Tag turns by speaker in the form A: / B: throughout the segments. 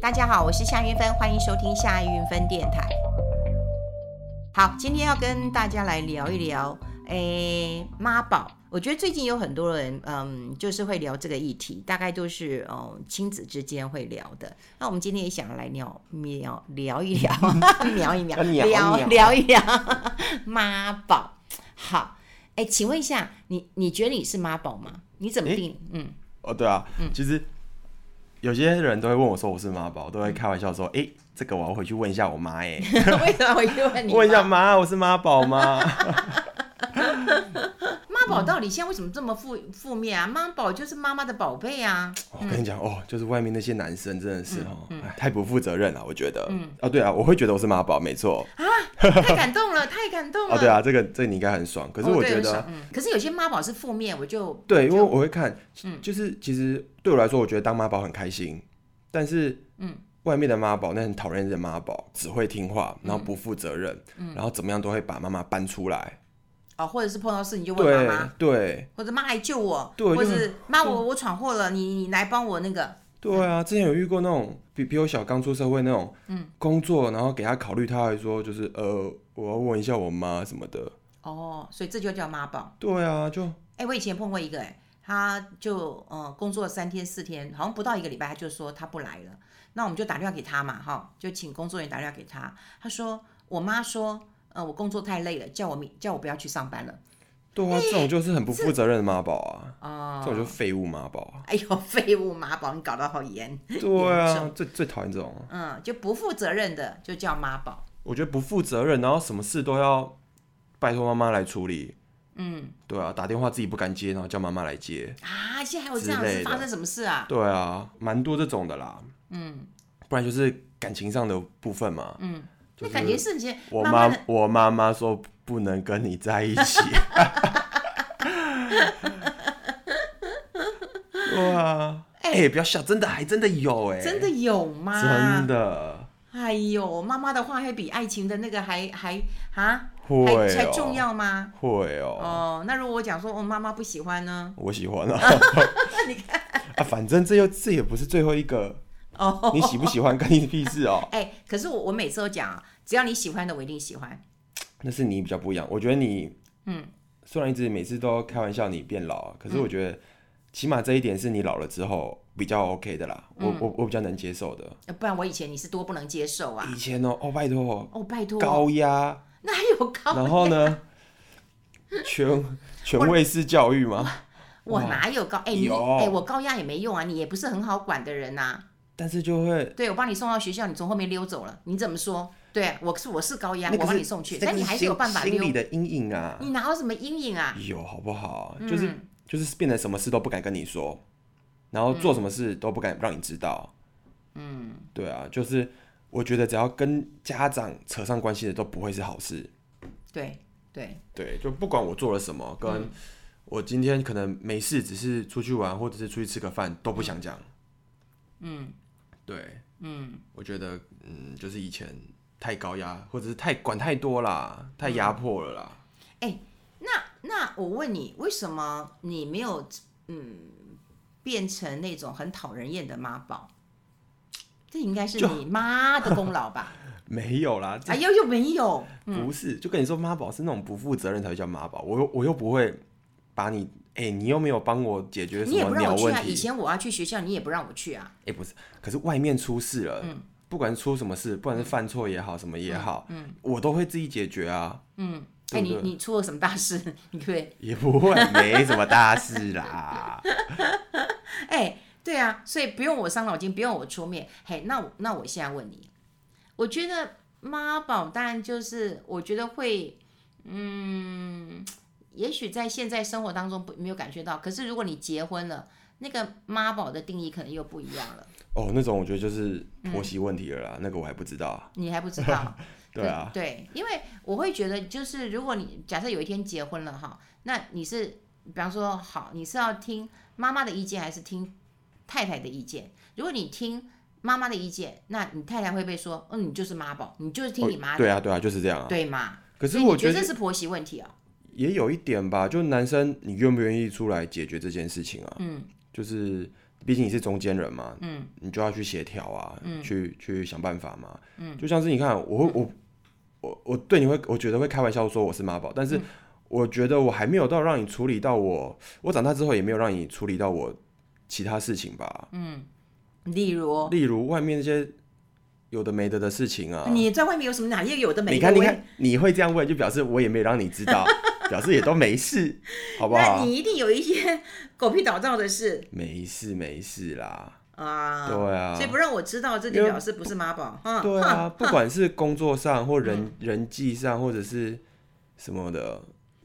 A: 大家好，我是夏云芬，欢迎收听夏云芬电台。好，今天要跟大家来聊一聊，诶，妈宝。我觉得最近有很多人，嗯，就是会聊这个议题，大概都是嗯亲子之间会聊的。那我们今天也想来聊聊聊一 聊，聊一聊，
B: 聊
A: 聊
B: 聊
A: 聊一聊 妈宝。好，哎，请问一下，你你觉得你是妈宝吗？你怎么
B: 诶
A: 定？嗯，
B: 哦，对啊，其实有些人都会问我说我是妈宝，都会开玩笑说，哎、这个我要回去问一下我妈、欸，哎，
A: 为什么我就 问你妈？嗯
B: 问一下妈，我是妈宝 吗？
A: 妈
B: 嗯
A: 宝到底现在为什么这么负负面啊？妈宝就是妈妈的宝贝啊。
B: 我跟你讲哦，就是外面那些男生真的是
A: 嗯
B: 哦，哎太不负责任了，我觉得。嗯。哦，对啊，我会觉得我是妈宝，没错。
A: 太感动 了，太感动了。
B: 哦，对啊，这个这个你应该很爽，可
A: 哦，
B: 是我
A: 对
B: 觉
A: 很
B: 得，
A: 爽嗯可是有些妈宝是负面，我就
B: 对，因为
A: 就嗯
B: 我会看，就是其实对我来说，我觉得当妈宝很开心，但是嗯，外面的妈宝那很讨人厌的妈宝，只会听话，
A: 嗯
B: 然后不负责任，然后怎么样都会把妈妈搬出来，
A: 哦，或者是碰到事你就问
B: 对
A: 妈妈，
B: 对
A: 或者妈来救我，
B: 对
A: 或者
B: 就是嗯
A: 妈我我闯祸了，你你来帮我那个。
B: 对啊！之前有遇过那种比比我小刚出社会那种，嗯，工作然后给他考虑，他还说就是呃，我要问一下我妈什么的，
A: 哦，所以这就叫妈宝。
B: 对啊，就
A: 哎、我以前碰过一个、哎，他就呃工作三天四天，好像不到一个礼拜，他就说他不来了。那我们就打电话给他嘛，哈，就请工作人员打电话给他。他说我妈说，呃，我工作太累了，叫我明叫我不要去上班了。
B: 对啊，这种就是很不负责任的妈宝啊，
A: 哦、
B: 这种就是废物妈宝啊，
A: 哎呦，废物妈宝，你搞得好严。
B: 对
A: 严
B: 啊
A: 重，
B: 最最讨厌这种啊。
A: 嗯，就不负责任的就叫妈宝。
B: 我觉得不负责任，然后什么事都要拜托妈妈来处理。嗯，对啊，打电话自己不敢接，然后叫妈妈来接。
A: 啊，现在还有这样
B: 之
A: 子，
B: 类的
A: 发生什么事啊？
B: 对啊，蛮多这种的啦。嗯，不然就是感情上的部分嘛。嗯，就
A: 那
B: 是
A: 感觉瞬间
B: 我
A: 慢
B: 妈哎
A: 慢的，
B: 我妈妈说不能跟你在一起。 对啊，哎、不要笑，真的还真的有哎、
A: 真的有吗？
B: 真的
A: 哎呦，妈妈的话会比爱情的那个还还啊，
B: 会
A: 还
B: 哦、
A: 还重要吗？
B: 会哦、
A: 哦，那如果我讲说，我、妈妈不喜欢呢？
B: 我喜 欢啊。啊，反正这又这也不是最后一个，
A: 哦，
B: 你喜不喜欢干你屁事哦。
A: 哎、可是我我每次都讲啊，只要你喜欢的，我一定喜欢。
B: 那是你比较不一样，我觉得你，嗯，虽然一直每次都开玩笑你变老，啊可
A: 嗯
B: 是我觉得起码这一点是你老了之后比较 OK 的啦，
A: 嗯
B: 我我我比较能接受的。
A: 呃不然我以前你是多不能接受啊！
B: 以前哦，哦拜托，
A: 哦，拜托，
B: 高压，
A: 那还有高，
B: 然 后呢，全全卫式教育吗？
A: 我哪有高？哎、你
B: 有
A: 哎、我高压也没用啊，你也不是很好管的人呐、啊
B: 但是就会
A: 对，我把你送到学校，你从后面溜走了，你怎么说？对，啊我是我是高压，
B: 那
A: 我
B: 个
A: 把
B: 是
A: 你送去，
B: 那
A: 但
B: 个
A: 你还是有
B: 心
A: 办法
B: 心
A: 溜
B: 理，的阴影啊，
A: 你哪有什么阴影啊？
B: 有好不好？就是、就是变得什么事都不敢跟你说，然后做什么事都不敢让你知道。嗯，对啊，就是我觉得只要跟家长扯上关系的都不会是好事。
A: 对对，
B: 对，就不管我做了什么，跟我今天可能没事，只是出去玩或者是出去吃个饭都不想讲。嗯，对，嗯，我觉得嗯，就是以前太高压，或者是太管太多啦，太压迫了啦。
A: 那那我问你，为什么你没有嗯变成那种很讨人厌的妈宝？这应该是你妈的功劳 吧？
B: 没有啦，这
A: 哎呦，又没有，
B: 不是，就跟你说妈宝是那种不负责任才会叫妈宝，我又我又不会把你，哎、你又没有帮我解决什
A: 你也不
B: 么
A: 让
B: 鸟
A: 我去
B: 问
A: 啊！以
B: 题，
A: 前我要去学校，你也不让我去啊。
B: 哎、不是，可是外面出事了，
A: 嗯
B: 不管出什么事，不管是犯错也好，什么也好，嗯，我都会自己解决啊，
A: 哎，
B: 对不
A: 你
B: 对
A: 你出了什么大事？ 你对不对？
B: 也不会没什么大事 啦，
A: 哎，对啊，所以不用我伤脑筋，不用我出面。嘿，那我那我现在问你，我觉得妈宝当然就是，我觉得会，嗯，也许在现在生活当中不没有感觉到，可是如果你结婚了，那个妈宝的定义可能又不一样了，
B: 哦，那种我觉得就是婆媳问题了
A: 嗯
B: 啦，那个我还不知道啊，
A: 你还不知道。
B: 对啊，
A: 对，因为我会觉得，就是如果你假设有一天结婚了哈，那你是比方说好，你是要听妈妈的意见还是听太太的意见？如果你听妈妈的意见，那你太太会被说，嗯，你就是妈宝，你就是听你妈的，
B: 哦对啊对啊，就是这样啊，
A: 对吗？
B: 可是
A: 所以你
B: 我
A: 觉
B: 觉
A: 得
B: 得
A: 这是婆媳问题哦。
B: 也有一点吧，就男生你愿不愿意出来解决这件事情啊？
A: 嗯，
B: 就是毕竟你是中间人嘛，
A: 嗯，
B: 你就要去协调啊，
A: 嗯
B: 去去想办法嘛。
A: 嗯
B: 就像是你看，我会我我我对你会，我觉得会开玩笑说我是妈宝，但是
A: 嗯
B: 我觉得我还没有到让你处理到我，我长大之后也没有让你处理到我其他事情吧，
A: 嗯，例如
B: 例如外面那些有的没的的事情啊。
A: 你在外面有什么哪些有的没的？
B: 你看，你
A: 我也
B: 看，你会这样问，就表示我也没有让你知 道，表示也都没事，好不
A: 那
B: 好？
A: 你一定有一些 狗屁倒灶的事
B: 没事没事啦，
A: 啊。
B: 对啊
A: 所以不让我知道，这就
B: 因为
A: 表示不是妈宝哈。
B: 对啊，不管是工作上或
A: 嗯
B: 人、人际上，或者是什么的，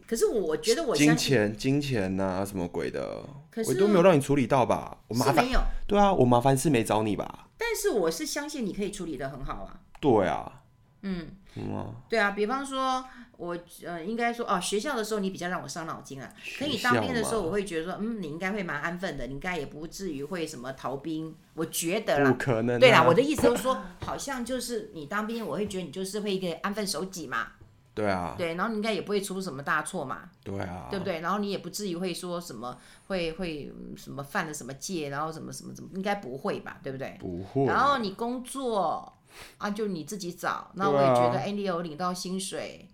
A: 可是我觉得我
B: 金
A: 相信
B: 钱金钱呐、什么鬼的
A: 可，是
B: 我都没有让你处理到吧？我麻
A: 是
B: 烦，
A: 没有，
B: 对啊，我麻烦事没找你吧？
A: 但是我是相信你可以处理的很好啊。
B: 对啊，
A: 嗯，
B: 嗯啊，
A: 对啊，比方说我呃，应该说哦，学校的时候你比较让我伤脑筋啊。可你当兵的时候，
B: 学校嘛
A: 我会觉得说，嗯，你应该会蛮安分的，你应该也不至于会什么逃兵。我觉得啦
B: 不，可能、啊。
A: 对啦，我的意思就是说，好像就是你当兵，我会觉得你就是会一个安分守己嘛，
B: 对啊，
A: 对，然后你应该也不会出什么大错嘛，
B: 对啊，
A: 对不对？然后你也不至于会说什么会会嗯什么犯了什么戒，然后什么什么怎么，应该不会吧，对不对？
B: 不会。
A: 然后你工作啊，就你自己找，那
B: 对
A: 我
B: 啊
A: 也觉得，哎、你有领到薪水，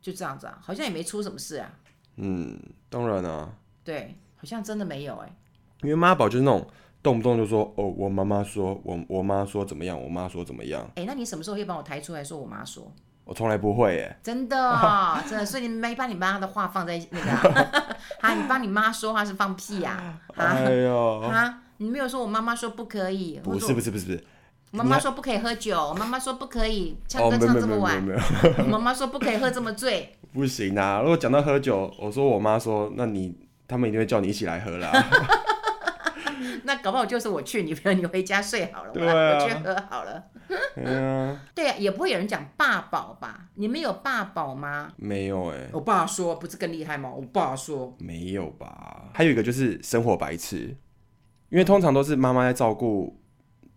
A: 就这样子啊，好像也没出什么事啊，
B: 嗯，当然啊，
A: 对，好像真的没有哎、
B: 因为妈宝就是那种动不动就说哦，我妈妈说，我我妈说怎么样，我妈说怎么样，
A: 哎，那你什么时候会帮我抬出来说我妈说？
B: 我从来不会耶。
A: 真的哦、 真的，所以你没把你妈的话放在那个啊，啊你帮你妈说话是放屁呀、啊，
B: 哎
A: 啊
B: 呦，
A: 啊，你没有说我妈妈说不可以，
B: 不
A: 或
B: 是
A: 者
B: 不是不是不是，
A: 我妈妈说不可以喝酒，我妈妈说不可以唱
B: 哦，
A: 歌
B: 没有
A: 唱
B: 没有
A: 这么
B: 没有没有
A: 晚，
B: 没 有，
A: 我妈妈说不可以喝这么醉，
B: 不行啊！如果讲到喝酒，我说我妈说，那你他们一定会叫你一起来 喝啦。
A: 那搞不好就是我去，你不要你回家睡好了，我
B: 对
A: 来
B: 啊
A: 我去喝好了。
B: 嗯啊，
A: 对啊，也不会有人讲爸宝吧？你们有爸宝吗？
B: 没有哎、
A: 我爸说不是更厉害吗？我爸说，
B: 没有吧？还有一个就是生活白痴，因为通常都是妈妈在照顾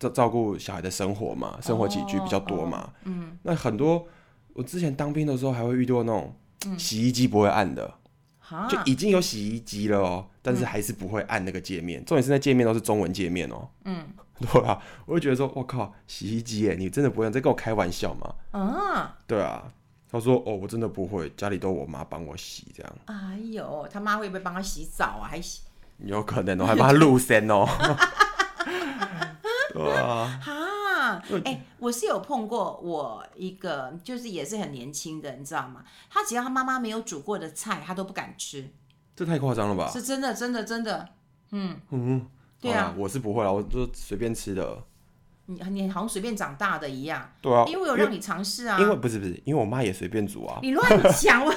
B: 照照顾小孩的生活
A: 哦
B: 嘛，生活起居比较多嘛。嗯，那很多我之前当兵的时候还会遇到那种
A: 嗯
B: 洗衣机不会按的，
A: 哈，
B: 就已经有洗衣机了哦，但
A: 嗯
B: 是还是不会按那个界面。重点是那界面都是中文界面哦。
A: 嗯，
B: 对啊，我就觉得说，我靠，洗衣机耶，你真的不会按？在跟我开玩笑吗？
A: 啊，
B: 对啊，他说哦，我真的不会，家里都我妈帮我洗这样，
A: 哎呦，他妈会不会帮他洗澡啊？还洗？
B: 有可 能哦，还帮他录声哦。 对啊，
A: 哈，哎、我是有碰过我一个，就是也是很年轻的，你知道吗？他只要他妈妈没有煮过的菜，他都不敢吃，
B: 这太夸张了吧？
A: 是真的，真的，真的。
B: 嗯，
A: 对
B: 好
A: 啊
B: 啦，我是不会啦，我就随便吃的。
A: 你你好像随便长大的一样，
B: 对啊，
A: 因为我有让你尝试啊。
B: 因为不是不是，因为我妈也随便煮啊，
A: 你乱讲，我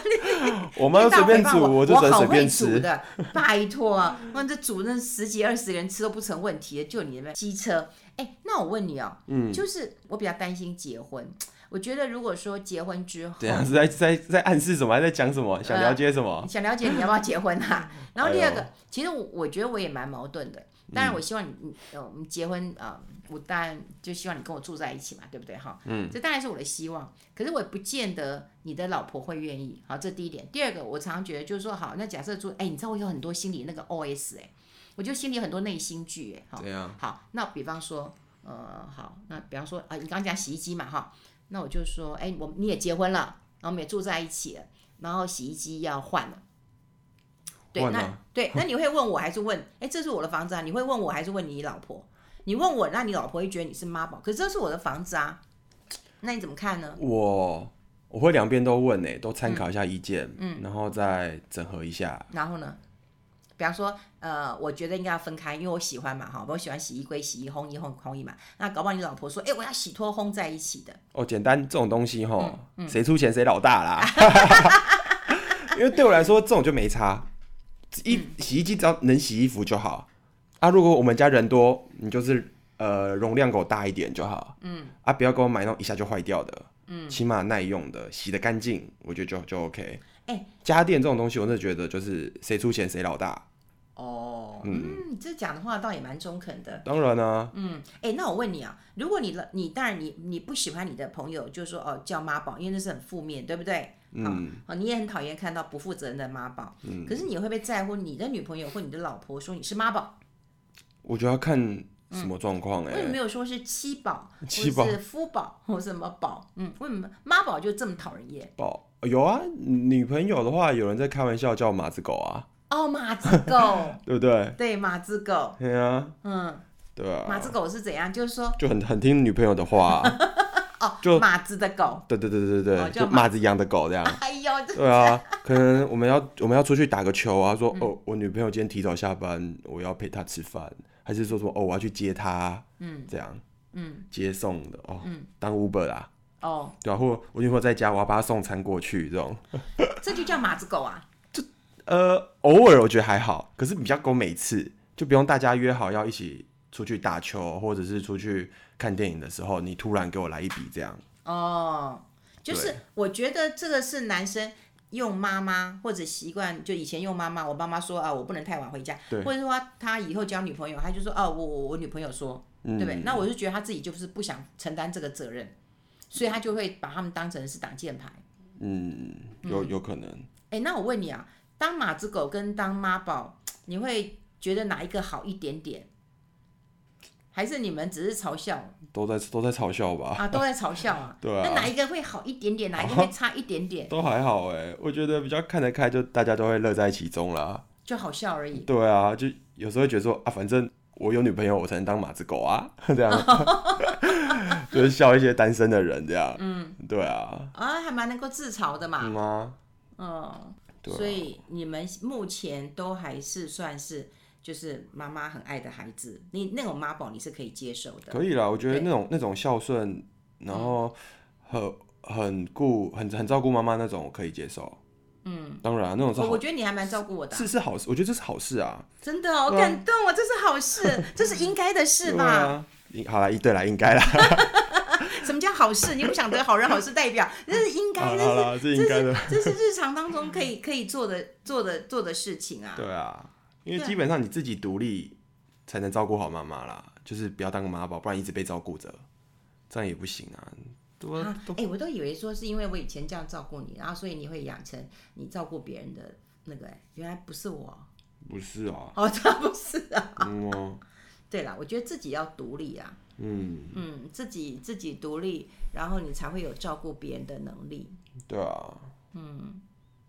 B: 我妈就随便煮，
A: 哎我
B: 就只能
A: 好
B: 随
A: 会
B: 便
A: 煮
B: 吃。
A: 的，拜托，那这煮那十几二十个人吃都不成问题，就你那边机车。哎，那我问你哦，嗯，就是我比较担心结婚，我觉得如果说结婚之后，
B: 怎样？啊 是在在在暗示什么？还在讲什么？
A: 啊
B: 想了解什么？
A: 想了解你要不要结婚 啊？然后
B: 哎
A: 第
B: 呦嗯
A: 二个，其实我我觉得我也蛮矛盾的。当然，我希望你，你呃，我们结婚啊、呃我当然就希望你跟我住在一起嘛，对不对哈？嗯，这当然是我的希望。可是我也不见得你的老婆会愿意。好，这第一点。第二个，我常常觉得就是说，好，那假设住，哎，你知道我有很多心里那个 OS 哎，我就心里有很多内心剧哎，哈。
B: 怎样？
A: 好，那比方说，呃，好，那比方说啊、你刚刚讲洗衣机嘛哈，那我就说，哎，我你也结婚了，然后我们也住在一起了，然后洗衣机要换了。对，
B: 换
A: 那
B: 啊
A: 对，那你会问我还是问？哎，这是我的房子啊，你会问我还是问你老婆？你问我，那你老婆会觉得你是妈宝，可是这是我的房子啊，那你嗯怎么看呢？
B: 我我会两边都问呢、都参考一下意见，
A: 嗯
B: 然后再整合一下。
A: 然后呢？比方说，呃，我觉得应该要分开，因为我喜欢嘛，哈，我喜欢洗衣归洗衣，烘衣烘烘衣嘛。那搞不好你老婆说，哎、我要洗脱烘在一起的，
B: 哦，简单这种东西哈，谁、出钱谁老大 啦。因为对我来说，这种就没差，一洗衣机只要能洗衣服就好。啊，如果我们家人多，你就是呃容量给我大一点就好。嗯，啊，不要给我买那种一下就坏掉的。嗯，起码耐用的，洗得干净，我觉得就就 OK。
A: 哎
B: 家电这种东西，我真的觉得就是谁出钱谁老大。
A: 哦，嗯，这讲的话倒也蛮中肯的。
B: 当然啊，
A: 哎、那我问你啊，如果你了，你当然你你不喜欢你的朋友，就说哦叫妈宝，因为那是很负面，对不对？嗯，好，你也很讨厌看到不负责任的妈宝，嗯，可是你会不会在乎你的女朋友或你的老婆说你是妈宝？
B: 我觉得要看什么状况
A: 为什么
B: 哎
A: 没，有说是妻宝、
B: 妻
A: 或
B: 宝
A: 是夫宝或什么宝？嗯，为什么妈宝就这么讨人厌？
B: 宝有啊，女朋友的话，有人在开玩笑叫我马子狗啊，
A: 哦，马子 狗，
B: 对不对？
A: 对，马子狗，
B: 对啊，
A: 嗯，
B: 对啊，
A: 马子狗是怎样？就是说，
B: 就很很听女朋友的话、 啊，
A: 哦，
B: 就
A: 马子的狗，
B: 对对对对对，
A: 哦叫
B: 就马子养的狗 这样。
A: 哎呦，这
B: 对啊，可能我们要我们要出去打个球啊，说哦，我女朋友今天提早下班，我要陪她吃饭，还是说什么哦，我要去接她，嗯，这样，嗯，接送的哦，当 Uber 啦，
A: 哦，
B: 对啊，或我女朋友在家，我要把她送餐过去这种，
A: 这就叫马子狗啊？
B: 呃，偶尔我觉得还好，可是比较狗每次就不用大家约好要一起出去打球，或者是出去看电影的时候，你突然给我来一笔这样，
A: 哦，就是
B: 对
A: 我觉得这个是男生用妈妈或者习惯，就以前用妈妈，我妈妈说啊，我不能太晚回家，
B: 对
A: 或者说他以后交女朋友，他就说哦，我我我女朋友说，
B: 嗯
A: 对不对？那我就觉得他自己就是不想承担这个责任，所以他就会把他们当成是挡箭牌。
B: 嗯，有有可能，
A: 哎，那我问你啊，当马子狗跟当妈宝，你会觉得哪一个好一点点？还是你们只是嘲笑
B: 都在都在嘲笑吧，？
A: 啊，都在嘲笑啊
B: 对啊哦
A: 那哪一个会好一点点，哪一个会差一点点，
B: 都还好哎，我觉得比较看得开，就大家都会乐在其中啦。
A: 就好笑而已。
B: 对啊，就有时候会觉得说啊，反正我有女朋友，我才能当马子狗啊， 这样，就是笑一些单身的人这样。嗯，对啊，
A: 啊，还蛮能够自嘲的嘛，
B: 嗯啊，
A: 嗯，
B: 对啊
A: 所以你们目前都还是算是就是妈妈很爱的孩子，你那种妈宝你是可以接受的，
B: 可以啦。我觉得
A: 对嗯
B: 那种那种孝顺，然后很很顾很很照顾妈妈那种，我可以接受。嗯，当然啊那种是
A: 我
B: 好
A: 我觉得你还蛮照顾我的啊、
B: 是是好事，我觉得这是好事啊。
A: 真的哦、好
B: 对啊
A: 感动哦，这是好 事，这是应该的事
B: 对
A: 嘛。
B: 啊，应好啦，一对啦，应该啦，
A: 什么叫好事？你不想得好人好事代 表，这是应该，
B: 好啦好
A: 这
B: 啦，是应该的。
A: 是这是日常当中可以可以做的做的做的事情啊。
B: 对啊，因
A: 对
B: 为基本上你自己独立才能照顾好妈妈啦，就是不要当个妈宝，不然一直被照顾着，这样也不行啊。多
A: 啊，
B: 多
A: 哎、我都以为说是因为我以前这样照顾你，然后所以你会养成你照顾别人的那个、哎，原来不是我
B: 不是啊，
A: 哦， 他不是 啊。
B: 嗯哦，
A: 对啦，我觉得自己要独立啊，
B: 嗯，
A: 嗯，自己自己独立，然后你才会有照顾别人的能力，
B: 对啊，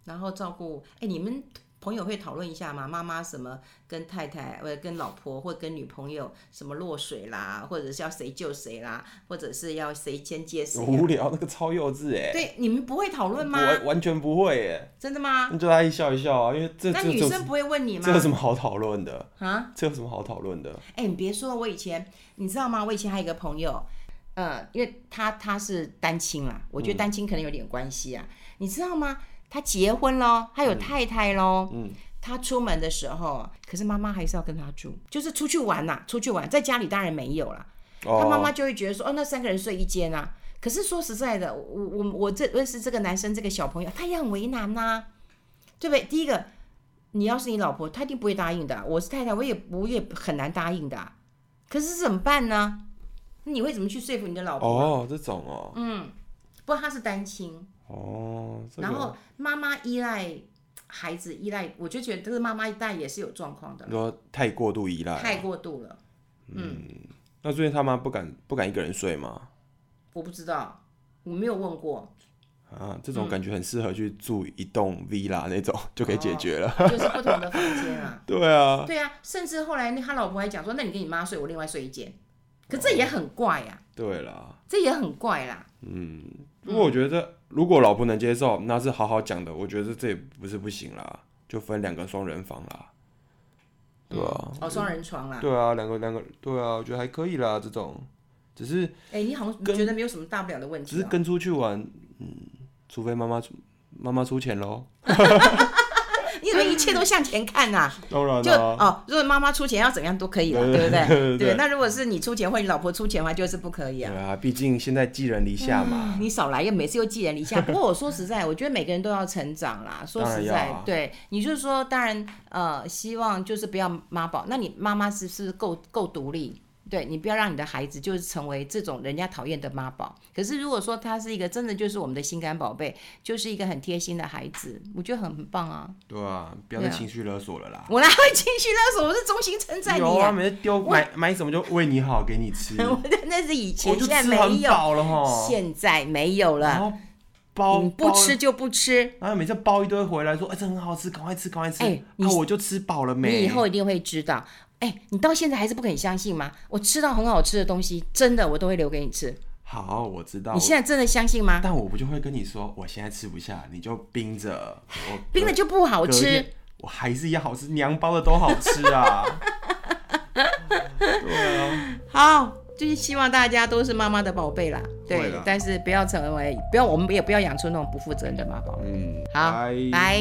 A: 然后照顾，哎、你们朋友会讨论一下吗？妈妈什么跟太太，呃，跟老婆或跟女朋友什么落水啦，或者是要谁救谁啦，或者是要谁先接谁
B: 我
A: 啊、
B: 无聊，那个超幼稚哎、
A: 对，你们不会讨论吗？
B: 我完全不会哎、
A: 真的吗？
B: 那就大家一笑一笑啊，因为这
A: 那
B: 这
A: 女
B: 这
A: 生不会问你吗
B: 这？有什么好讨论的？
A: 啊？
B: 这有什么好讨论的？
A: 哎、你别说，我以前你知道吗？我以前还有一个朋友，呃，因为他他是单亲啦，我觉
B: 嗯
A: 得单亲可能有点关系啊，你知道吗？他结婚咯，他有太太咯。嗯他出门的时候，啊可是妈妈还是要跟他住，就是出去玩呐、出去玩，在家里当然没有啦。他妈妈就会觉得说，哦，那三个人睡一间啊。可是说实在的，我我我这认识这个男生这个小朋友，他也很为难呐、对不对？第一个，你要是你老婆，她一定不会答应的啊、我是太太，我也我也很难答应的啊、可是怎么办呢？你会怎么去说服你的老婆？嗯
B: 哦，这种哦，
A: 不过他是单亲，
B: 哦，这
A: 然
B: 个
A: 后妈妈依赖孩子，依赖，我就觉得这个妈妈一代也是有状况的
B: 你，说太过度依赖，
A: 太过度了。
B: 那最近他妈不敢不敢一个人睡吗？
A: 我不知道，我没有问过，
B: 啊，
A: 嗯
B: 这种感觉很适合去住一栋 villa 那种，就可以
A: 哦
B: 解决了。
A: 就是不同的房间啊。
B: 对啊，
A: 对啊，甚至后来那他老婆还讲说，那你跟你妈睡，我另外睡一间。可这也很怪呀、
B: 对啦，
A: 这也很怪啦。嗯
B: 如果我觉得如果老婆能接受，那是好好讲的，我觉得这也不是不行啦，就分两个双人房啦，对啊，
A: 哦，双人床啦。
B: 对啊，两个两个，对啊，我觉得还可以啦，这种只是
A: 哎、你好像
B: 跟
A: 觉得没有什么大不了的问
B: 只
A: 题、
B: 是
A: 哦。
B: 跟出去玩，嗯，除非妈妈出妈妈出钱喽，
A: 你怎么一切都向前看 呐、
B: 当然啊
A: 就哦，如果妈妈出钱要怎么样都可以了，对不对？
B: 对对
A: 对，那如果是你出钱或你老婆出钱的话，就是不可以
B: 对
A: 啊。
B: 啊，毕竟现在寄人篱下嘛，
A: 你少来，又每次又寄人篱下。不过我说实在，我觉得每个人都要成长啦。说
B: 当然
A: 实
B: 要
A: 在，
B: 啊
A: 对，你就是说，当然，呃，希望就是不要妈宝。那你妈妈是是够够独立，对你不要让你的孩子就是成为这种人家讨厌的妈宝。可是如果说他是一个真的就是我们的心肝宝贝，就是一个很贴心的孩子，我觉得很很棒啊！
B: 对啊，不要再
A: 对啊
B: 情绪勒索了啦。
A: 我哪会情绪勒索？我是衷心称赞
B: 有
A: 你
B: 啊，
A: 啊！
B: 每次丢买买什么就为你好，给你吃，
A: 我的那是以前
B: 我，就
A: 现
B: 吃
A: 在没
B: 很
A: 有，
B: 饱啊了哈。
A: 现在没有
B: 然
A: 了。
B: 后包
A: 你不
B: 包
A: 吃就不吃，
B: 然后每次包一堆回来说，哎、这很好吃，赶快吃，赶快吃。
A: 哎你
B: 啊，我就吃饱了没？
A: 你以后一定会知道。哎，你到现在还是不肯相信吗？我吃到很好吃的东西，真的我都会留给你吃。
B: 好，我知道。
A: 你现在真的相信吗？
B: 但我不就会跟你说，我现在吃不下，你就冰着我，
A: 冰的就不好
B: 我
A: 吃。，
B: 我还是一样好吃，娘包的都好吃 啊。对啊，
A: 好，就是希望大家都是妈妈的宝贝啦。
B: 会
A: 对
B: 啦，
A: 但是不要成为，不要我们也不要养出那种不负责任的妈宝。
B: 嗯，
A: 好
B: 拜，
A: 拜